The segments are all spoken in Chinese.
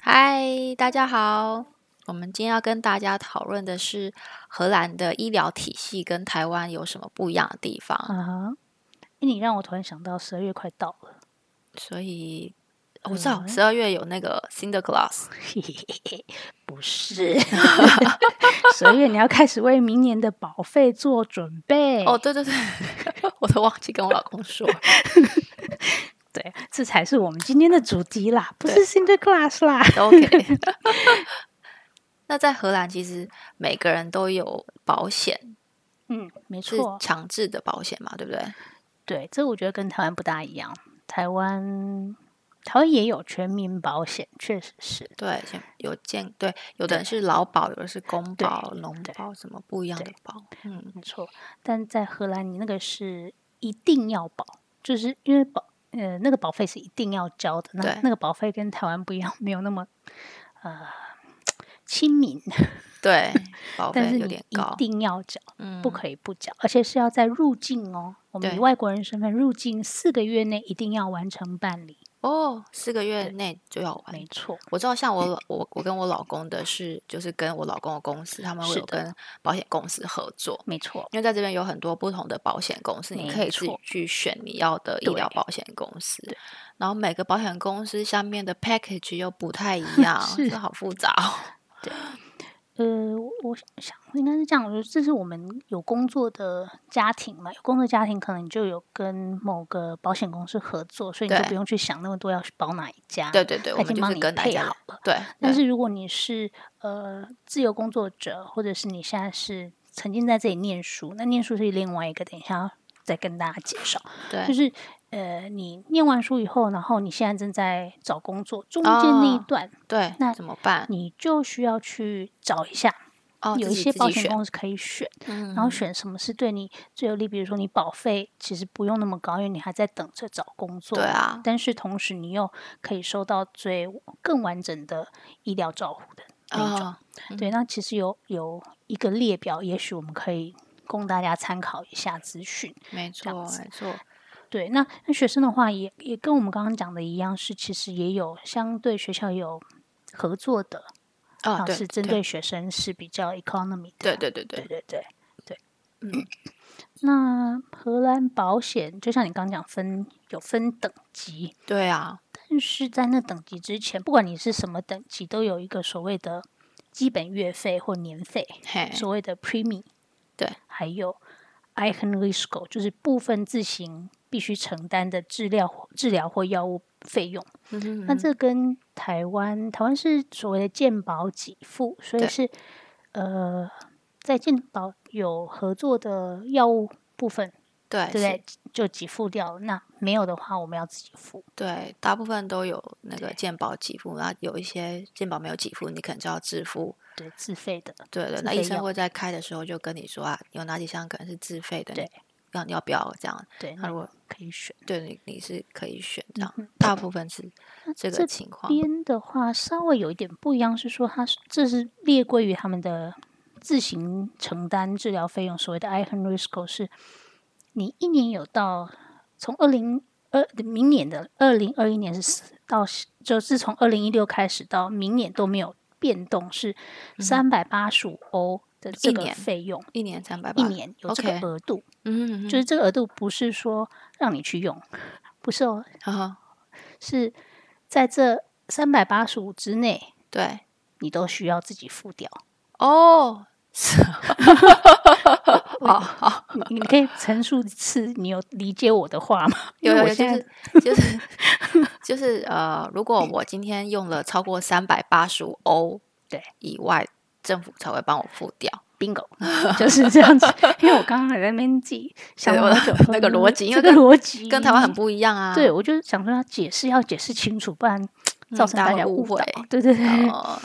嗨，大家好。我们今天要跟大家讨论的是荷兰的医疗体系跟台湾有什么不一样的地方。啊哈，哎，你让我突然想到十二月快到 了，所以哦我知道嗯十二月有那个新的 class，嘿嘿嘿嘿不 是？十二月你要开始为明年的保费做准备哦，对对 对，我都忘记跟我老公说 了。对，这才是我们今天的主题啦，不是 Cinder Class 啦。 OK。那在荷兰，其实每个人都有保险，嗯，没是错，强制的保险嘛，对不对？对，这我觉得跟台湾不大一样。台湾台湾也有全民保险，确实是。对，像有健对，有的人是劳保，有的是公对保、农对保，什么不一样的对保。嗯，没错，但在荷兰，你那个是一定要保，就是因为保呃那个保费是一定要交的，那对那个保费跟台湾不一样，没有那么呃亲民，对，保但费是有你点一高，定要缴，嗯，不可以不缴，而且是要在入境哦，我们以对外国人身份入境四个月内一定要完成办理，哦，四个月对内就要完没嗯错，我知道，像我老我我跟我老公的是，就是跟我老公的公司，他们会是有的跟保险公司合作，没错，因为在这边有很多不同的保险公司，你没可以自己错去选你要的医对疗保险公司对，然后每个保险公司下面的 package 又不太 一样，是这好复杂哦。呃，我我想应该是这样，就是这是我们有工作的家庭嘛，有工作家庭可能你就有跟某个保险公司合作，所以你就对不用去想那么多要去保哪一家，对对对，他我已们经就啊帮是你跟大配家好了。对，对但是如果你是呃自由工作者，或者是你现在是曾经在这里念书，那念书是另外一个，等一下再跟大家介绍。就对是呃，你念完书以后，然后你现在正在找工作，中间那一哦段、对，那怎么办？你就需要去找一下哦，有自一己些自保己险选公司可以选，嗯，然后选什么是对你最有利。比如说，你保费其实不用那么高，因为你还在等着找工作。对。啊，但是同时，你又可以收到最更完整的医疗照护的那一种。哦，对，那其实有有一个列表，也许我们可以供大家参考一下资讯。没这错样子没错，对，那那学生的话也也跟我们刚刚讲的一样，是其实也有相对学校有合作的，哦老对师针对对学生是比较 economy 对的。对对对对，对对对，嗯。那荷兰保险就像你刚刚讲分有分等级，对啊，但是在那等级之前，不管你是什么等级，都有一个所谓的基本月费或年费，嘿，所谓的 premium，对，还有 i c o n r i s k 就是部分自行必须承担的治疗或治疗或药物费用。嗯哼那这跟台湾，台湾是所谓的健保给付，所以对是呃，在健保有合作的药物部分，对对不哎是对？就给付掉了。那没有的话，我们要自己付。对，大部分都有那个健保给付，然后有一些健保没有给付，你可能就要自付。对，自费的，对对，自那医费生药会在开的时候就跟你说啊，有哪几项可能是自费的，对，要你要不要这样？对，那那如果可以选。对你你是可以选这样，嗯大部分是这个这情况。边的话稍微有一点不一样，是说它是这是列归于他们的自行承担治疗费用，所谓的 i h e n r i s k 是，你一年有到从二零二明年的二零二一年是四到就是从二零一六开始到明年都没有变动，是三百八十五欧的这嗯一个年费用，一年三百一八，年有这个 OK 额度，嗯，就是这个额度不是说让你去用，不是哦，哈哈，是在这三百八十五之内，对，你都需要自己付掉。哦，是好好，你你可以陈述一次，你有理解我的话吗？因有有为我有，就现在是就是就是呃，如果我今天用了超过三百八十五欧 对以外，政府才会帮我付掉。 bingo 就是这样子。因为我刚刚还在那边自己 想对了我好久，那个嗯逻辑因为这个跟逻辑跟台湾很不一样啊。对，我就是想说要解释，要解释清楚，不然嗯造成大家大家会误误导会。对对对，哦，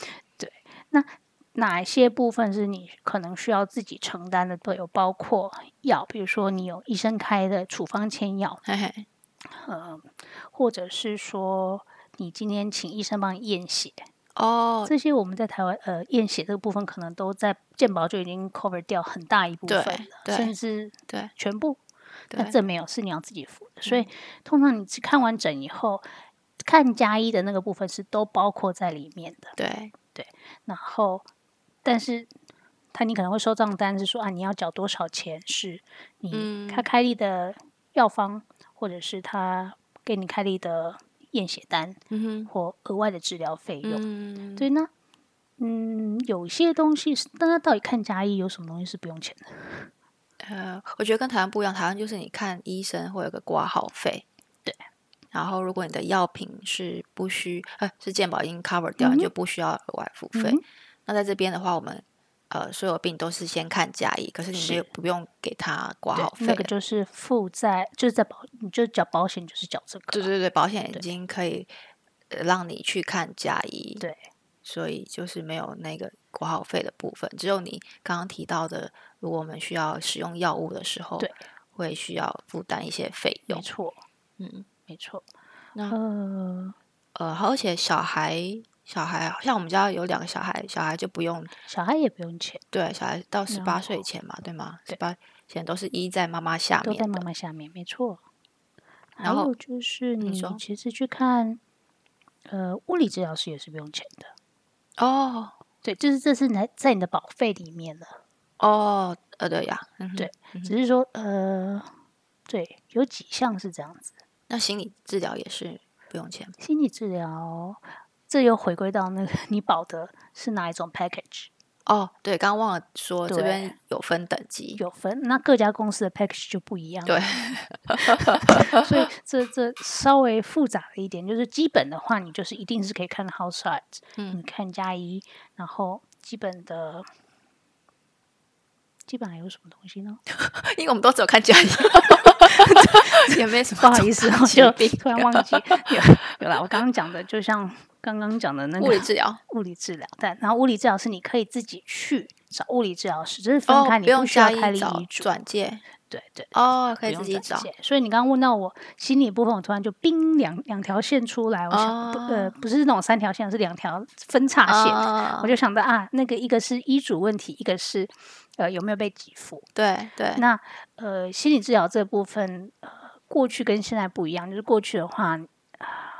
哪一些部分是你可能需要自己承担的？都有包括药，比如说你有医生开的处方签药，嘿嘿，呃，或者是说你今天请医生帮你验血，哦，这些我们在台湾呃验血这个部分可能都在健保就已经 cover 掉很大一部对分对了，甚至对全部。那对嗯这没有是你要自己付的，所以通常你去看完整以后，看加一的那个部分是都包括在里面的。对，然后，但是他你可能会收账单，是说啊，你要缴多少钱？是你、嗯他开立的药方，或者是他给你开立的验血单，嗯或额外的治疗费哼，用。嗯，对呢，嗯，有些东西是，但他到底看加一有什么东西是不用钱的？呃，我觉得跟台湾不一样，台湾就是你看医生会有个挂号费，对。然后，如果你的药品是不需，呃，是健保已经 cover 掉，你就不需要额外付费。嗯嗯哼那在这边的话，我们呃所有病都是先看加医，可是你没有是不用给他挂对号费那了。个就是负债，就是在保，你就缴保险就是缴这个。对对对，保险已对经可以呃让你去看加医，对所以就是没有那个挂号费的部分，只有你刚刚提到的，如果我们需要使用药物的时候，对，会需要负担一些费没用。错，嗯，没错。那呃，呃，好而且小孩小孩像我们家有两个小孩，小孩就不用小孩也不用钱，对小孩到十然八岁以前嘛，对吗？十对八前都是依在妈妈下都面在的，妈妈下面，没错。还然后有就是你你说其实去看，呃，物理治疗师也是不用钱的。哦对，就是这是来在你的保费里面了，哦，呃，对呀，嗯哼对只是说呃，对，有几项是这样子。那心理治疗也是不用钱心理治疗，这又回归到那个 你保的是哪一种 package 哦。对，刚刚忘了说这对边有分等级，有分，那各家公司的 package 就不一样。对， 所以这这稍微复杂了一点，就是基本的话，你就是一定是可以看 house side，嗯你看加一，然后基本的，基本还有什么东 西呢？因为我们都只有看家 医，也没什么不好意思，我疾就病突然忘记 有有啦，我刚刚讲的，就像刚刚讲的那个物理治 疗物理治疗，但然后物理治疗是你可以自己去找物理治疗师，只是分哦开，，不你用需要加开一立找遗嘱，转介对对，哦，可不以用自己转找介。所以你刚刚问到我心理部分，我突然就冰两两条线出来，我想、不呃不是那种三条线，是两条分叉线，啊我就想到啊，那个一个是医嘱问题，一个是呃有没有被给付。对对，那呃，心理治疗这部分，呃，过去跟现在不一样，就是过去的话，啊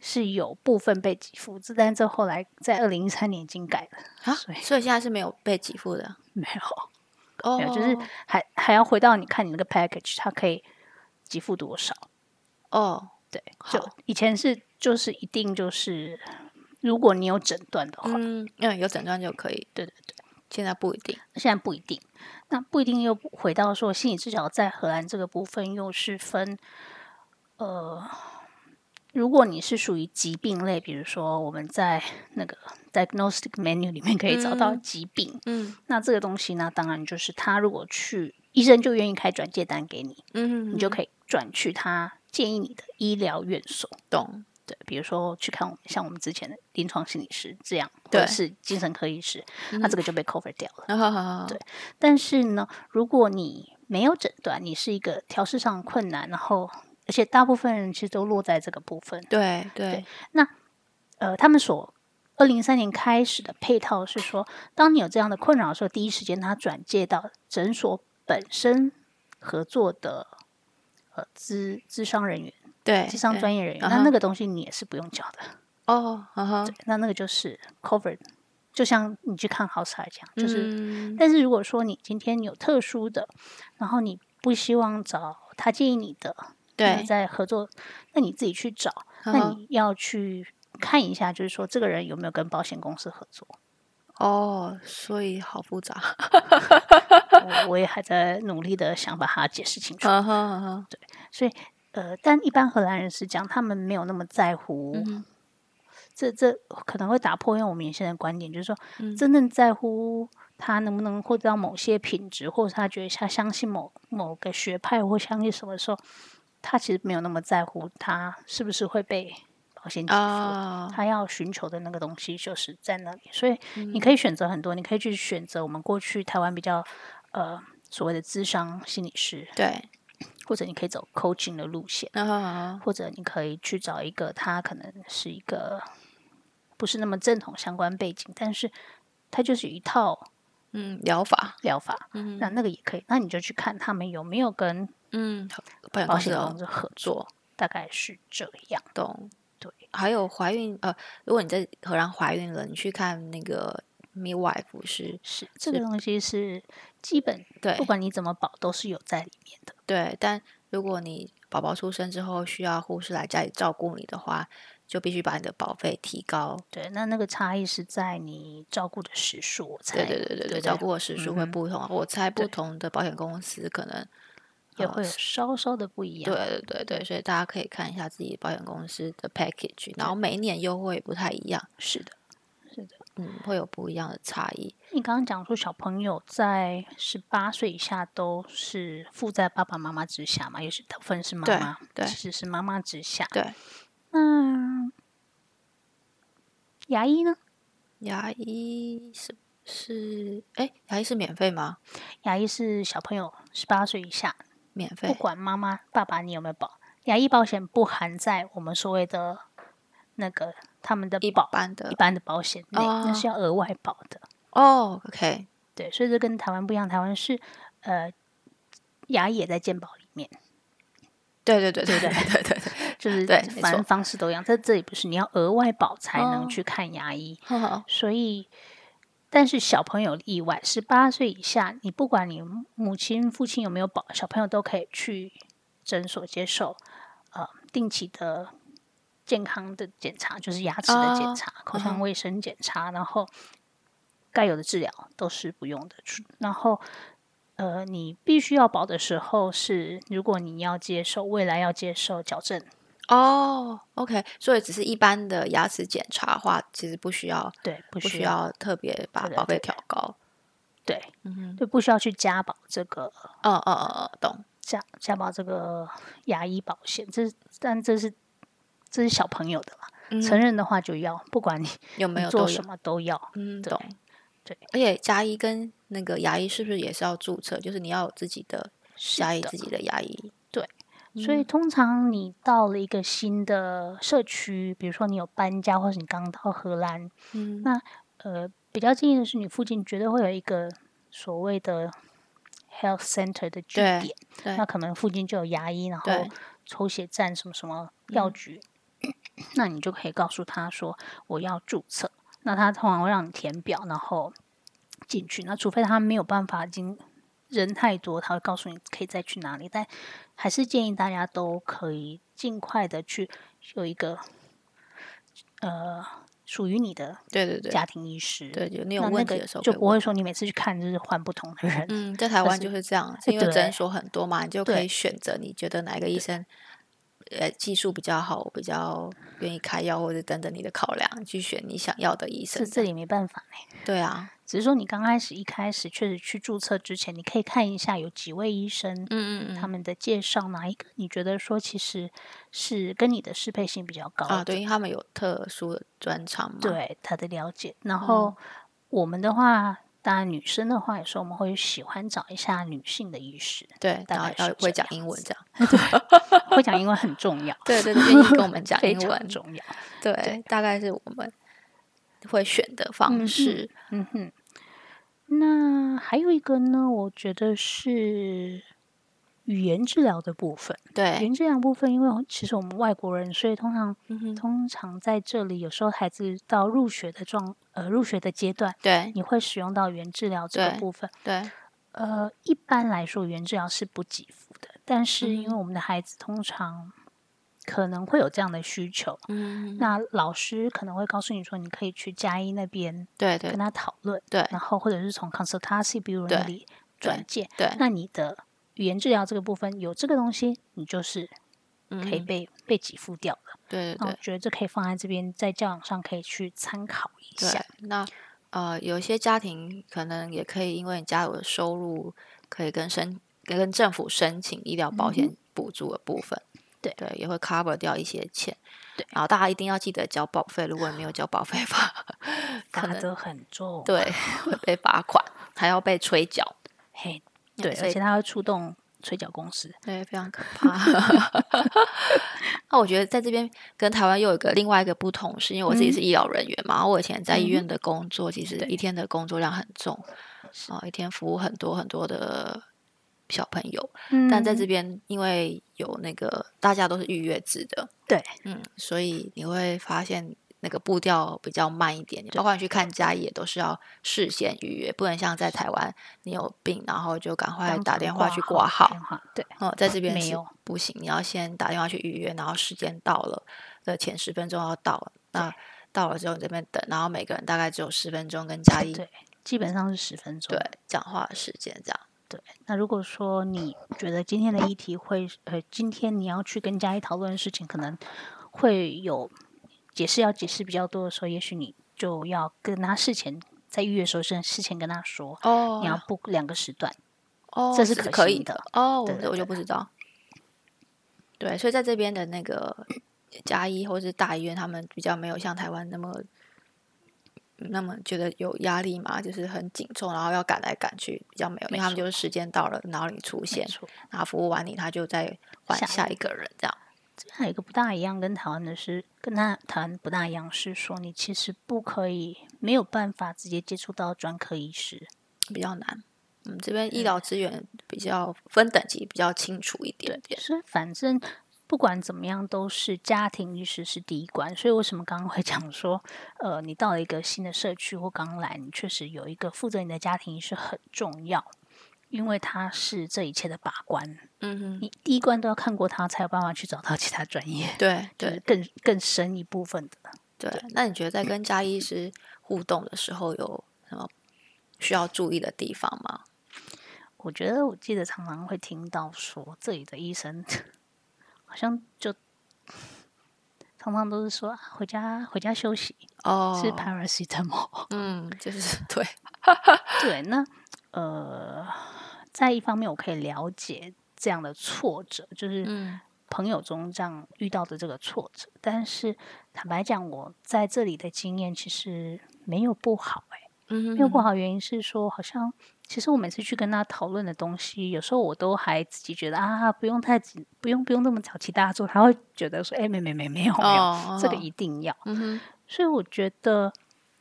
是有部分被给付，这但这后来在二零一三年已经改了，啊，所以所以现在是没有被给付的 没有，哦没有，就是还还要回到你看你那个 package，它可以给付多少？哦，对，好就以前是就是一定就是，如果你有诊断的话，嗯嗯，有诊断就可以，对对对，现在不一定现在不一定。那不一定又回到说心理治疗在荷兰这个部分又是分，呃，如果你是属于疾病类，比如说我们在那个 diagnostic menu 里面可以找到嗯疾病，嗯那这个东西呢，当然就是他如果去医生就愿意开转介单给你，嗯，你就可以转去他建议你的医疗院所。懂 对，比如说去看我们像我们之前的临床心理师这样，或对嗯者是精神科医师，那这个就被 cover 掉了。啊，对但是呢，如果你没有诊断，你是一个调试上的困难，然后而且大部分人其实都落在这个部分。对对，呃，他们所二零三年开始的配套是说，当你有这样的困扰的时候，第一时间他转介到诊所本身合作的呃咨咨商人员、对，咨商对专业人员，嗯那哼那个东西你也是不用缴的。哦，嗯哼，那那个就是 covered，就像你去看 house r 这样，就是。嗯但是如果说你今天有特殊的，然后你不希望找他建议你的，对，在合作，那你自己去找，嗯那哼你要去看一下，就是说这个人有没有跟保险公司合 作。哦，所以好复 杂，我我也还在努力的想把它解释清楚。嗯哼嗯哼，呃，但一般荷兰人是这样，他们没有那么在乎。嗯这这可能会打破，因为我们原先的观点就是说，嗯真正在乎他能不能获得到某些品质，或者是他觉得他相信某某个学派或相信什么的时候，他其实没有那么在乎他是不是会被保险给付。啊，他要寻求的那个东西就是在那里，所以你可以选择很多，你可以去选择我们过去台湾比较呃所谓的智商心理师，对，或者你可以走 coaching 的路线，嗯哼嗯哼或者你可以去找一个他可能是一个不是那么正统相关背景，但是他就是有一套嗯，疗法，疗法，嗯那那个也可以，那你就去看他们有没有跟嗯，保险保公险司公有司合作，做大概是这样。懂，对，还有怀孕呃，如果你在荷兰怀孕了，你去看那个 midwife 是是这个东西是基本，对不管你怎么保都是有在里面的。对，但如果你宝宝出生之后需要护士来家里照顾你的话，就必须把你的保费提高。对，那那个差异是在你照顾的时数，我对猜对对对对不照对顾的时数会嗯哼不同。啊我猜不对同的保险公司可能也呃会有稍稍的不一样。对对对对，所以大家可以看一下自己保险公司的 package，然后每一年优惠不太一样，是的，是的。嗯，会有不一样的差异。你刚刚讲说小朋友在十八岁以下都是附在爸爸妈妈之下嘛，也是大部分是妈对妈，对其实是妈妈之下。对，那牙医呢？牙医是是哎，牙医是免费吗？牙医是小朋友十八岁以下，免不费管妈妈爸爸你有没有保，牙医保险不含在我们所谓的那个他们的一保般的一般的保险内，那是要额外保的。哦，OK，对，所以这跟台湾不一样，台湾是呃牙医也在健保里面。对对对对对不对对对对对就是对没反错正方式都一样，在这里不是你要额外保才哦能去看牙医，呵呵，所以但是小朋友例外，十八岁以下，你不管你母亲、父亲有没有保，小朋友都可以去诊所接受呃定期的健康的检查，就是牙齿的哦检查、口嗯腔哼卫生检查，然后该有的治疗都是不用的，然后。呃，你必须要保的时候是，如果你要接受未来要接受矫正哦，OK，所以只是一般的牙齿检查的话，其实不需要对，不不需需要，要特别把对对保费对调高。对，嗯哼，就不需要去加保这个嗯哦嗯嗯嗯，懂。加加保这个牙医保险，这是但这是这是小朋友的啦，嗯成人的话就要，不管你有没你有做都有？什么都要，嗯，对懂。对，而且牙医跟那个牙医是不是也是要注册？就是你要有自己的是牙医，的自己的牙医。对，所以嗯通常你到了一个新的社区，比如说你有搬家，或是你刚到荷兰，嗯，那呃，比较建议的是你附近绝对会有一个所谓的 health center 的据对点，对那可能附近就有牙医，然后对嗯抽血站什么什么药局，那你就可以告诉他说我要注册，那他通常会让你填表，然后进去。那除非他没有办法，已经人太多，他会告诉你可以再去哪里，但还是建议大家都可以尽快的去有一个呃属于你的对对对家庭医师。对，就你有那问那题个的时候就可以不问。会说你每次去看就是换不同的人，嗯，在台就湾是就是这 样，是哎因为对诊所很多嘛，你就可对以选择你觉得哪一个医生，呃，技术比较好，比较愿意开药，或者等等你的考量，去选你想要的医生这。这里没办法呢。对啊，只是说你刚开始一开始确实去注册之前，你可以看一下有几位医生，嗯嗯他嗯，们的介绍哪一个你觉得说其实是跟你的适配性比较高啊，的对，嗯因为他们有特殊的专长嘛。，对他的了解。然嗯后我们的话，当然女生的话，有时候我们会喜欢找一下女性的医师，对，大然后概要是会这讲英文这样。，会讲英文很重要对对对，愿意跟我们讲 非英常文，重要。对，对大概是我们会选的嗯方嗯式。嗯哼，那还有一个呢，我觉得是语言治疗的部分。语对，言治疗部分，因为其实我们外国人，所以通常嗯哼，通常在这里，有时候孩子到入学的状呃入学的阶段，对你会使用到语言治疗这个对部分。对，呃，一般来说，语言治疗是不给付的，但是因嗯为我们的孩子通常可能会有这样的需求，嗯，那老师可能会告诉你说，你可以去嘉义那边对对跟他讨论，对然后或者是从 consultancy bureau 对那里转介。对，那你的语言治疗这个部分有这个东西，你就是嗯，可以被、被给付掉的。对对那对我。觉得这可以放在这边，在教养上可以去参考一对下。，那呃，有一些家庭可能也可以因为你家有的收入，可以跟申跟政府申请医疗保险补助的部分，嗯对对，也会 cover 掉一些钱。对，然后大家一定要记得交保费，如果你没有交保费的 话，可罚能则很重，对会被罚款，还要被催缴，嘿，嗯对，所而以且他会触动催缴公司。对，非常可怕。 那我觉得在这边跟台湾又有一个另外一个不同，是因为我自己嗯是医疗人员嘛，然后我以前在医嗯哼院的工作，其实对一天的工作量很重，啊、一天服务很多很多的小朋友。但在这嗯边，因为有那个大家都是预约制的，对，嗯，所以你会发现那个步调比较慢一点点，包括你去看家医也都是要事先预约，不能像在台湾你有病然后就赶快当打场电话去挂号电。话对，哦，在这边没是有不行，你要先打电话去预约，然后时间到了的前十分钟要到了，那到了之后你这边等，然后每个人大概只有十分钟跟加一对基本上是十分钟。对讲话的时间这样。对，那如果说你觉得今天的议题会，呃，今天你要去跟嘉义讨论的事情，可能会有解释要解释比较多的时候，也许你就要跟他事前在预约的时候，先事前跟他说，哦你要 book 两个时段，哦，这是是可可以行的哦，对我对我就对不知道。对，所以在这边的那个加医或是大医院，他们比较没有像台湾那么那么觉得有压力嘛，就是很紧凑，然后要赶来赶去，比较没有，因为没他们错就是时间到了，然后你出没现，错。然后服务完你，他就再换下一下一个人这样。这边还有一个不大一样，跟台湾的是，跟他台湾不大一样是说，你其实不可以没有办法直接接触到专科医师，比较难。嗯，这边医疗资源比较分等级比较清楚一点点。所以反正不管怎么样，都是家庭医师是第一关。所以为什么刚刚会讲说，呃，你到了一个新的社区或刚来，你确实有一个负责你的家庭医师很重要，因为他是这一切的把关。嗯哼，你第一关都要看过他，才有办法去找到其他专业，对就是对更更深一部分的。嗯对。那你觉得在跟家医师互动的时候有什么需要注意的地方吗？我觉得我记得常常会听到说，这里的医生 好像就常常都是说啊回家回家休息，哦，吃 paracetamol。嗯，就是对，对，那呃，在一方面我可以了解这样的挫折，就是嗯朋友中这样遇到的这个挫折。但是坦白讲，我在这里的经验其实没有不好、欸，嗯哼，没有不好，原因是说，好像其实我每次去跟他讨论的东西，有时候我都还自己觉得啊，不用太紧，不用不用那么早期大做，他会觉得说，哎、没没没没有没有，哦，这个哦，一定要。嗯哼，所以我觉得，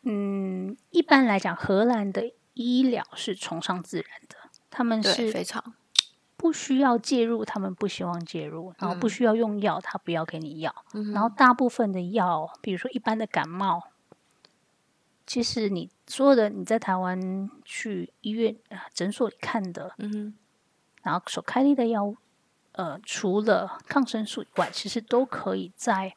嗯，一般来讲，荷兰的医疗是崇尚自然的，他们对，是非常，不需要介入，他们不希望介入，然后不嗯需要用药，他不要给你药。嗯哼然后大部分的药，比如说一般的感冒，其实你所有的你在台湾去医院、呃、诊所里看的，嗯哼，然后所开立的药物，呃，除了抗生素以外，其实都可以在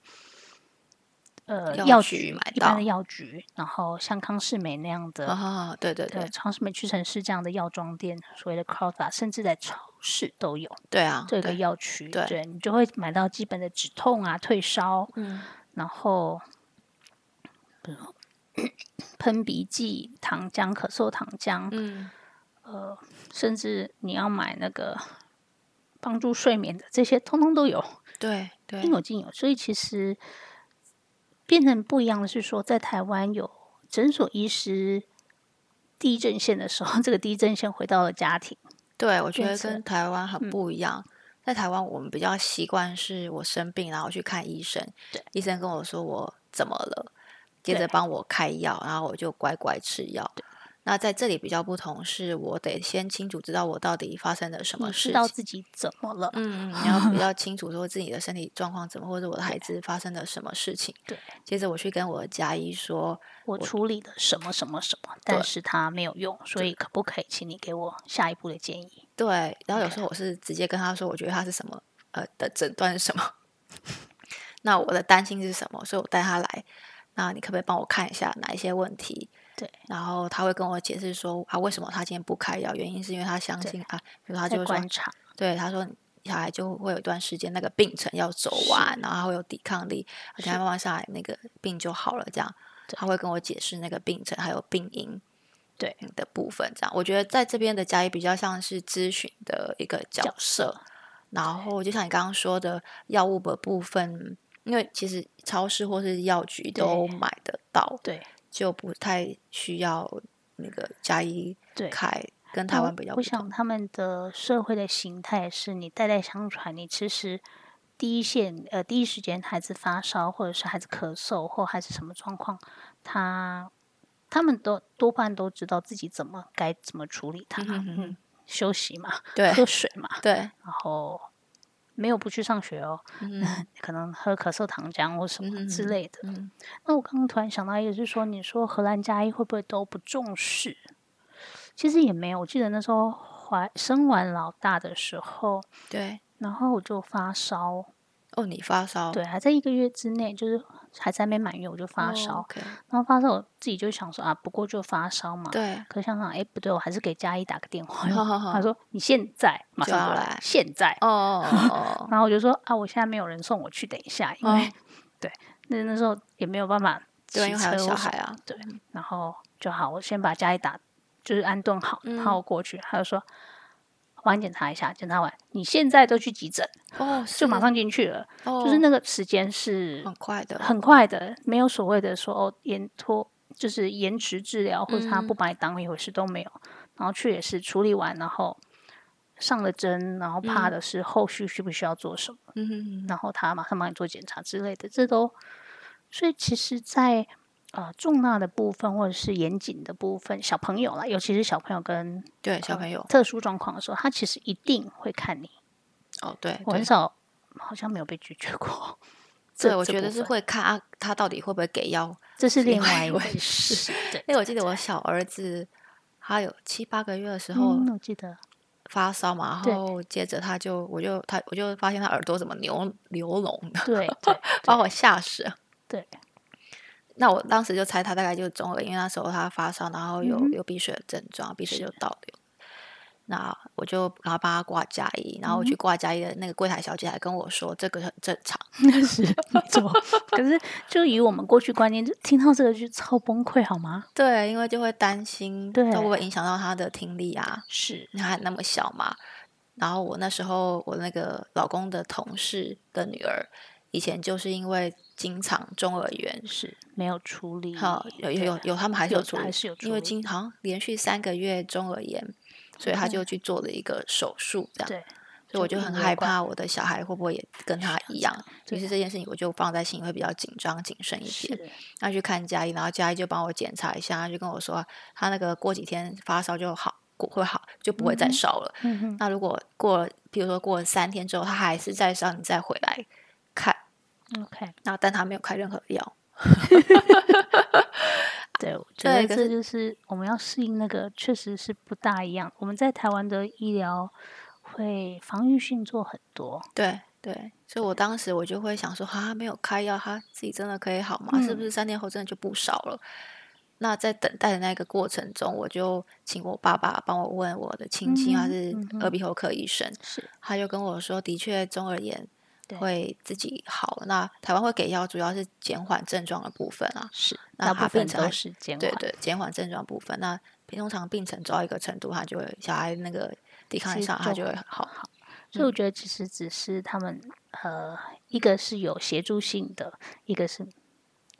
呃药药局买一般到的药局，然后像康士美那样的，啊，对对呃对，康士美屈臣氏这样的药妆店，所谓的 c r o w d 甚至在超市都有对啊，这个对，药区，对你就会买到基本的止痛啊、退烧，嗯，然后比如说 喷鼻剂、糖浆、咳嗽糖浆，嗯，甚至你要买那个帮助睡眠的，这些通通都有，对对应，有尽有。所以其实变成不一样的是说，在台湾有诊所医师第一阵线的时候， 这个第一阵线回到了家庭，对，我觉变嗯得成跟台湾很不一样。在台湾，我们比较习惯是我生病，然后去看医生对，医生跟我说我怎么了，接着对帮我开药，然后我就乖乖吃药。那在这里比较不同，是我得先清楚知道我到底发生了什你么事情嗯知道。自己怎么了。嗯，你要比 较清楚说自己的身体状况怎么，或者我的孩子发生了什么事情。对，接着我去跟我的家医说，我处理了什么什么什么，但对是它没有用，所以可不可以请你给我下一步的建议？对，然后有时 OK 候我是直接跟他说，我觉得他是什么，呃，的诊断是什么， 那我的担心是什么，所以我带他来，那你可不可以帮我看一下哪一些问题？对，然后他会跟我解释说，啊，为什么他今天不开药？原因是因为他相对信啊，比如他就在会说，观察，对，他说小孩就会有一段时间那个病程要走是完，然后他会有抵抗力，等他是慢慢下来，那个病就好了。这样，对他会跟我解释那个病程还有病因对嗯的部分。这样，我觉得在这边的家医比较像是咨询的一个角角色，然后就像你刚刚说的药物的部分。因为其实超市或是药局都对买得到，对就不太需要那个家医对。开，跟那台我湾比较哦我不同。想他们的社会的形态是你代代相传，你其实第一线呃第一时间孩子发烧，或者是孩子咳嗽，或孩子什么状况，他他们都多半都知道自己怎么该怎么处理它，嗯嗯哼哼哼嗯，休息嘛，对喝水嘛，对，然后没有不去上学哦，嗯 可能喝咳嗽糖浆或什么之嗯类的。嗯那我刚刚突然想到一个，是说你说荷兰加一会不会都不重视？其实也没有，我记得那时候怀生完老大的时候，对。然后我就发烧，哦，你发烧，对，还在一个月之内，就是还在没满月我就发烧，嗯 o k 然后发烧我自己就想说啊，不过就发烧嘛。对，可想想，哎，不对，我还是给嘉义打个电话。好好好他说你现在马就上要过来现在。哦 哦然后我就说啊，我现在没有人送我去，等一下，因哦， 为、哦那那时候也没有办法骑对，因为还车有小或什孩么啊，然后就好，我先把家里打就是安顿好，然嗯后我过去，他就说晚检查一下，检查完你现在都去急诊，哦，就马是，上进去了，哦、就是那个时间是很快的，很快的，没有所谓的说哦延拖，就是延迟治疗或者他嗯不把你当一回事都没有，然后去也是处理完，然后上了针，然后怕的是后续需不需要做什么。嗯哼然后他马上帮你做检查之类的，这都，所以其实在，呃重大的部分或者是严谨的部分，小朋友啦，尤其是小朋友跟哼，对，小朋友，特殊状况的时候，他其实一定会看你。哦，对，我对很少，好像没有被拒绝过。对，这我这觉部得是分会看啊，他到底会不会给 药。这是另另外外一一回回事。对， 因为我记得我小儿子他有七八个月的时候嗯，我记得，发烧嘛，对然后接着他就我就他我就发现他耳朵怎么流流脓的，对对把我吓死了。对，那我当时就猜他大概就是中耳炎，因为那时候他发烧，然后有、有鼻水的症状，鼻水嗯是就倒流。那我就然后帮他挂加医，然后嗯我去挂加医的那个柜台小姐还跟我说，这个很正常。 那是没错。可是就以我们过去观念，就听到这个就超崩溃，好吗？对，因为就会担心，对会不会影响到他的听力啊？是，他还那么小嘛。然后我那时候，我那个老公的同事的女儿，以前就是因为经常中耳炎，是没有处理好有有嗯对有有他们还是有处还理，是有处因为理经好像连续三个月中耳炎，所以他就去做了一个手术，这样。嗯对，所以我就跟很你有害关。怕我的小孩会不会也跟他一样，于对是这件事情我就放在心里会比较紧张谨慎一点。是，那去看佳医，然后佳医就帮我检查一下，他就跟我说他那个过几天发烧就好，过会好就不会再烧了。嗯哼，那如果过了，比如说过了三天之后他还是再烧，你再回来看。 OK，那但他没有开任何药，对，我觉对得可这是就是我们要适应那个，确实是不大一样。我们在台湾的医疗会防御性做很多，对对，所以我当时我就会想说，啊，没有开药，他自己真的可以好吗？是不是三天后真的就不烧了？那在等待的那个过程中，我就请我爸爸帮我问我的亲戚，他嗯是嗯耳鼻喉科医生，是他就跟我说，的确中耳炎对会自己好。那台湾会给药，主要是减缓症状的部分啊。是，那它大部分变成都还是监对管，对，减缓症状部分。那通常病程走到一个程度，他就会小孩那个抵抗力其实上，他就就会好。所以嗯我觉得其实只是他们呃，一个是有协助性的，一个是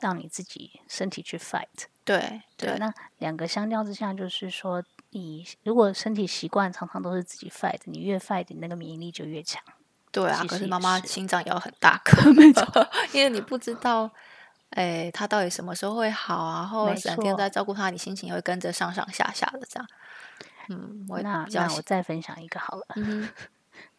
让你自己身体去 fight。对对，那两个相较之下，就是说你如果身体习惯常常都是自己 fight，你越 fight，你那个免疫力就越强。对啊，其可是实也妈妈是心脏也要很大颗，没错， 因为你不知道，哎，她到底什么时候会好啊？然后没整天错在照顾她，你心情也会跟着上上下下的这样。嗯，我也那比较那喜我再分享一个好了，嗯哼，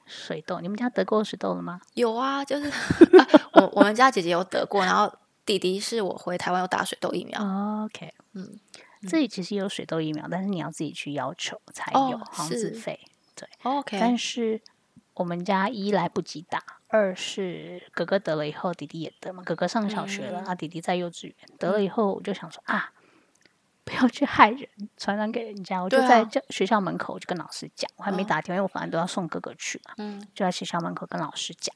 水痘，你们家得过水痘了吗？有啊，就是啊我我们家姐姐有得过，然后弟弟是我回台湾有打水痘疫苗。哦 OK，哦嗯，这里其实有水痘疫苗，但是你要自己去要求才哦有，好像是自费。但 OK，是我们家一来不及打，二是哥哥得了以后，弟弟也得嘛。哥哥上小学嗯了，啊，弟弟在幼稚园得了以后，我就想说啊，不要去害人，传染给人家。我就对啊在教学校门口，我就跟老师讲，我还没哦打电话，因为我反正都要送哥哥去嘛，嗯，就在学校门口跟老师讲。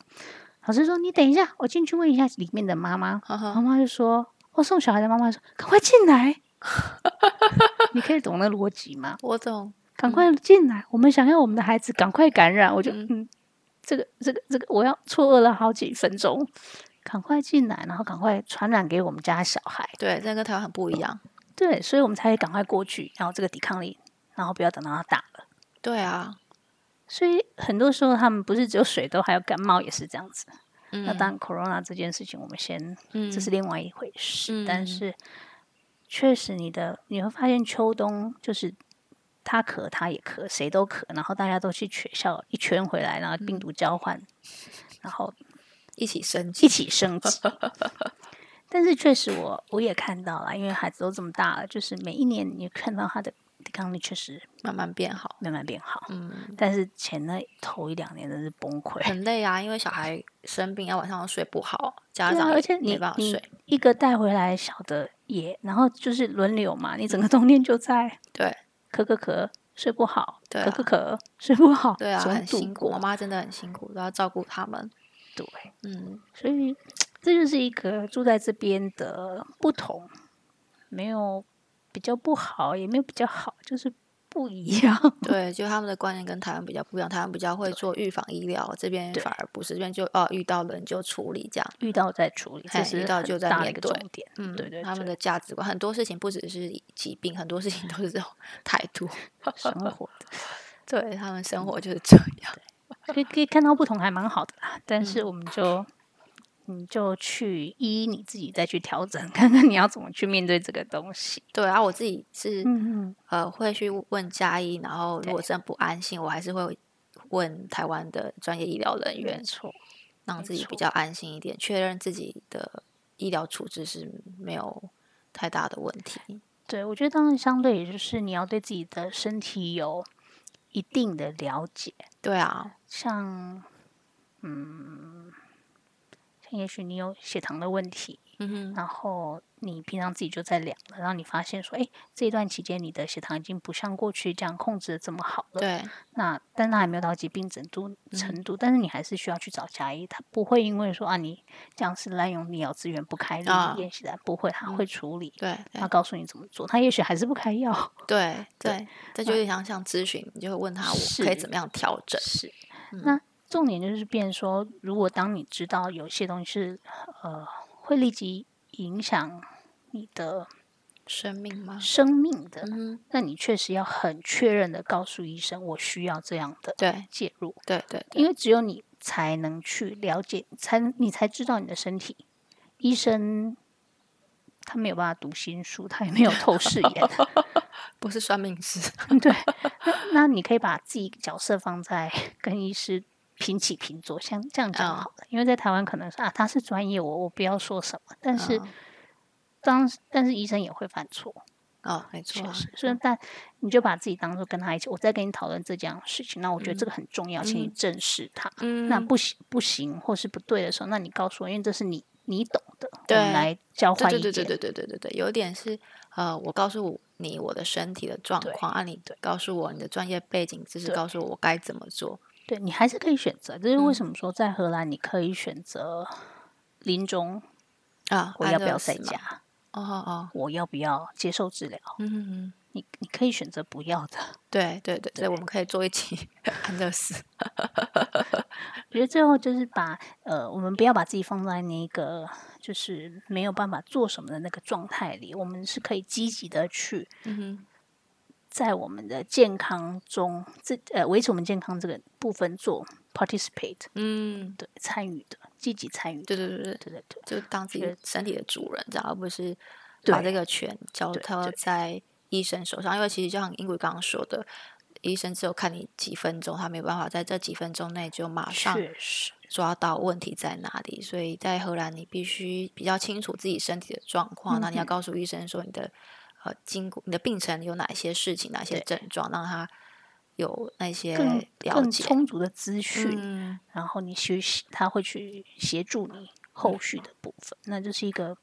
老师说：“你等一下，我进去问一下里面的妈妈。”呵呵妈妈就说：“哦，送小孩的妈妈说，赶快进来。” 你可以懂那逻辑吗？我懂，赶快进来，我们想要我们的孩子赶快感染。我就嗯嗯这个这个这个，我要错愕了好几分钟，赶快进来，然后赶快传染给我们家小孩。对，这跟台湾很不一样。对，所以我们才会赶快过去，然后这个抵抗力，然后不要等到他大了。对啊，所以很多时候他们不是只有水痘，还有感冒也是这样子。那嗯当然，corona 这件事情，我们先嗯这是另外一回事。但嗯是确实，你的你会发现秋冬就是他咳他也咳，谁都咳，然后大家都去学校一圈回来，然后嗯病毒交换，然后一起升级一。起 升级。但是确实我，我也看到了，因为孩子都这么大了，就是每一年你看到他的抵抗力确实慢慢变好。慢慢变好，嗯，但是前那头一两年真是崩 溃。很累啊，因为小孩生病，要晚上睡不好，家对啊长而且也没你办法你睡。一个带回来小的也，然后就是轮流嘛，你整个冬天就在对咳咳咳，睡不好，对咳啊咳咳，睡不好，对啊，总很度辛苦，妈过。妈真的很辛苦，都要照顾他们。对， 嗯，所以这就是一个住在这边的不同，没有比较不好，也没有比较好，就是不一样。 对，就他们的观念跟台湾比较不一样，台湾比较会做预防医疗，这边对反而不是，这边就哦遇到人就处理这样。遇到再处理，嘿这是遇到很就在大的面一个重对点。嗯，对对他们对的价值观，很多事情不只是疾病，很多事情都是这种 态度。生活的，对他们生活就是这样。可以可以看到不同，还蛮好的啦。但是我们就。你就去依你自己再去调整，看看你要怎么去面对这个东西。对啊，我自己是嗯嗯，呃会去问加医，然后如果对真的不安心，我还是会问台湾的专业医疗人没员，错，让没自己比错较安心一点，确认自己的医疗处置是没有太大的问题。对我觉得当然相对，也就是你要对自己的身体有一定的了解，对啊，像嗯，像也许你有血糖的问题，嗯哼，然后你平常自己就在量了，然后你发现说，哎，这一段期间你的血糖已经不像过去这样控制的这么好了。对那但它还没有到疾病程度嗯程度，但是你还是需要去找加医，他不会因为说啊你这样是滥用医疗资源不开立啊验血单，不会，他会处理，对对他告诉你怎么做，他也许还是不开 药，对对对，这就有点像像咨询，你就会问他我可以是怎么样调整。是。嗯那重点就是变说，如果当你知道有些东西是呃会立即影响你的生命吗？生命的，嗯哼，那你确实要很确认的告诉医生，我需要这样的对介入，对对对因为只有你才能去了解，才你才知道你的身体。医生他没有办法读心术，他也没有透视 眼，不是算命师。对。那那你可以把自己角色放在跟医师平起平坐，像这样讲嗯好了。因为在台湾可能是啊，他是专业，我我不要说什么，但是嗯当但是医生也会犯错，哦，没错确啊，实，所以但你就把自己当做跟他一起，我在跟你讨论这件事情，那我觉得这个很重要，请你正视它。嗯那不行不行或是不对的时候，那你告诉我，因为这是你你懂的，我对们来交换意对见。对对对对对对对，有一点是呃，我告诉你我的身体的状对况，啊，你告诉我你的专业背景知识，对告诉我我该怎么做。对你还是可以选择，这是嗯为什么说在荷兰你可以选择临终，啊，我安要不乐要在死嘛？家，哦哦哦，我要不要接受治疗，嗯嗯嗯，你你可以选择不要的。 对对对对，我们可以做一期 安乐死。我觉得最后就是把呃，我们不要把自己放在那个就是没有办法做什么的那个状态里，我们是可以积极的去嗯哼，在我们的健康中，这呃维持我们健康这个部分做 participate 嗯，对参与的，积极参与的，对对对对，对对对，就当自己觉得的身体的主人，这样而不是把这对个权交对托对在医生手上。因为其实就像英国刚刚说的，医生只有看你几分钟，他没有办法在这几分钟内就马上确实抓到问题在哪里，所以在荷兰你必须比较清楚自己身体的状嗯况，那、你要告诉医生说你的呃经过你的病程有哪些事情、哪些症状，让他有那些更了更解。充足的资讯，嗯，然后你学习，他会去协助你后续的部分，那就是一个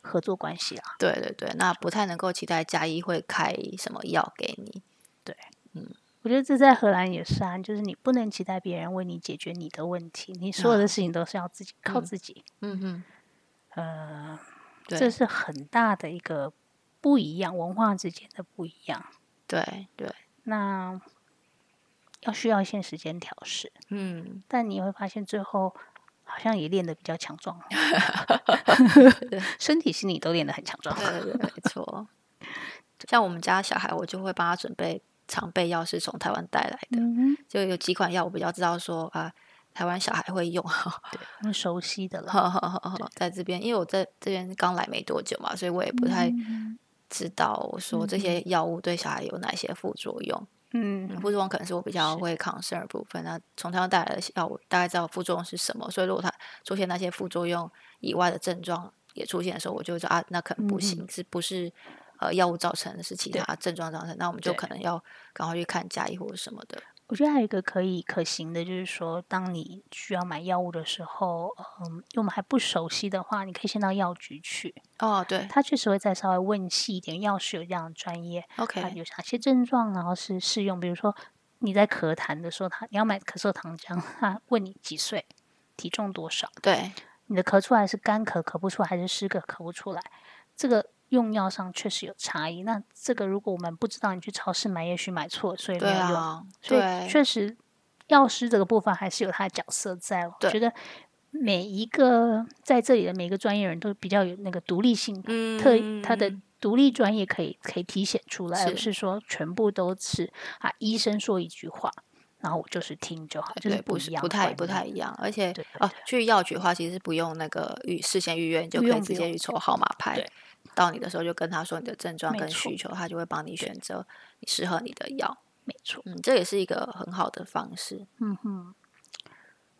合作关系啦。对对对，那不太能够期待加医会开什么药给你。我觉得这在荷兰也是啊，就是你不能期待别人为你解决你的问题，你所有的事情都是要自己、靠自己，啊嗯哼，呃，对这是很大的一个不一样，文化之间的不一样。对对，那要需要一些时间调试，嗯，但你会发现最后好像也练得比较强壮， 身体心理都练得很强壮。对对对，没错。 像我们家小孩，我就会帮他准备常备药，是从台湾带来的，嗯，就有几款药我比较知道说啊，台湾小孩会用。对，很 熟悉的了。在这边，因为我在这边刚来没多久嘛，所以我也不太嗯知道说这些药物对小孩有哪些副作用。嗯嗯，副作用可能是我比较是会 concern 的部分。那从他带来的药物，大概知道副作用是什么。所以如果他出现那些副作用以外的症状也出现的时候，我就会说啊，那可能不行，是不是呃药物造成的，是其嗯对他症状造成的？那我们就对可能要赶快去看加医或者什么的。我觉得还有一个可以可行的，就是说，当你需要买药物的时候，嗯，因为我们还不熟悉的话，你可以先到药局去，哦，对他确实会再稍微问细一点，药师有这样的专业，它，OK，有哪些症状，然后是适用，比如说你在咳痰的时候，他你要买咳嗽糖浆，他问你几岁，体重多少，对，你的咳出来是干咳咳不出来，还是湿咳咳不出来，这个用药上确实有差异。那这个如果我们不知道，你去超市买，也许买错，所以没对有用。啊，所对以，确实，药师这个部分还是有他的角色在了。我对觉得每一个在这里的每一个专业人都比较有那个独立性，嗯特他的独立专业可以可以体现出来，而是不是说全部都是啊，医生说一句话，然后我就是听就好，这哎对，不不一是样不的太观念，不太一样，而且对对哦，去药局的话，其实不用那个预事先预约，你就不可以用直不接用去抽号码牌对。到你的时候就跟他说你的症状没跟错需求，他就会帮你选择你适合你的药。没错。嗯，这也是一个很好的方 式。嗯哼，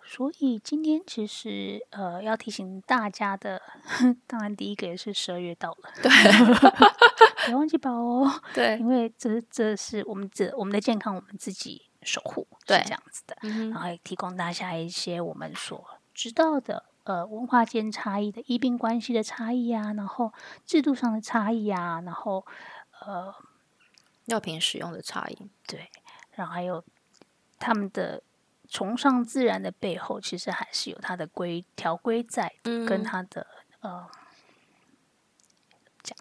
所以今天其实呃要提醒大家的，当然第一个也是十二月到了， 对别忘记保哦， 对因，为这这是我们自我们的健康，我们自己守护，是对这样子的。嗯然哼，后也提供大家一些我们所知道的呃文化间差异的医病关系的差异啊，然后制度上的差异啊，然后呃药品使用的差异，对，然后还有他们的崇尚自然的背后，其实还是有它的规条规在，嗯跟它的呃讲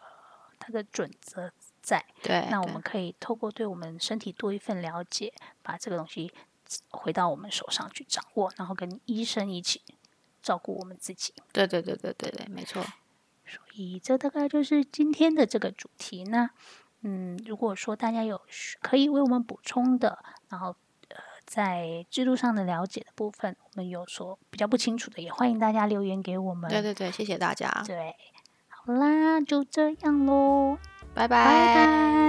呃它的准则在。对，那我哎对们可以透过对我们身体多一份了解，把这个东西回到我们手上去掌握，然后跟医生一起照顾我们自己。对对对对对对，没错。所以这大概就是今天的这个主题。那嗯，如果说大家有需可以为我们补充的，然后呃，在制度上的了解的部分，我们有所比较不清楚的，也欢迎大家留言给我们。对对对，谢谢大家，对好啦，就这样喽，拜拜拜拜。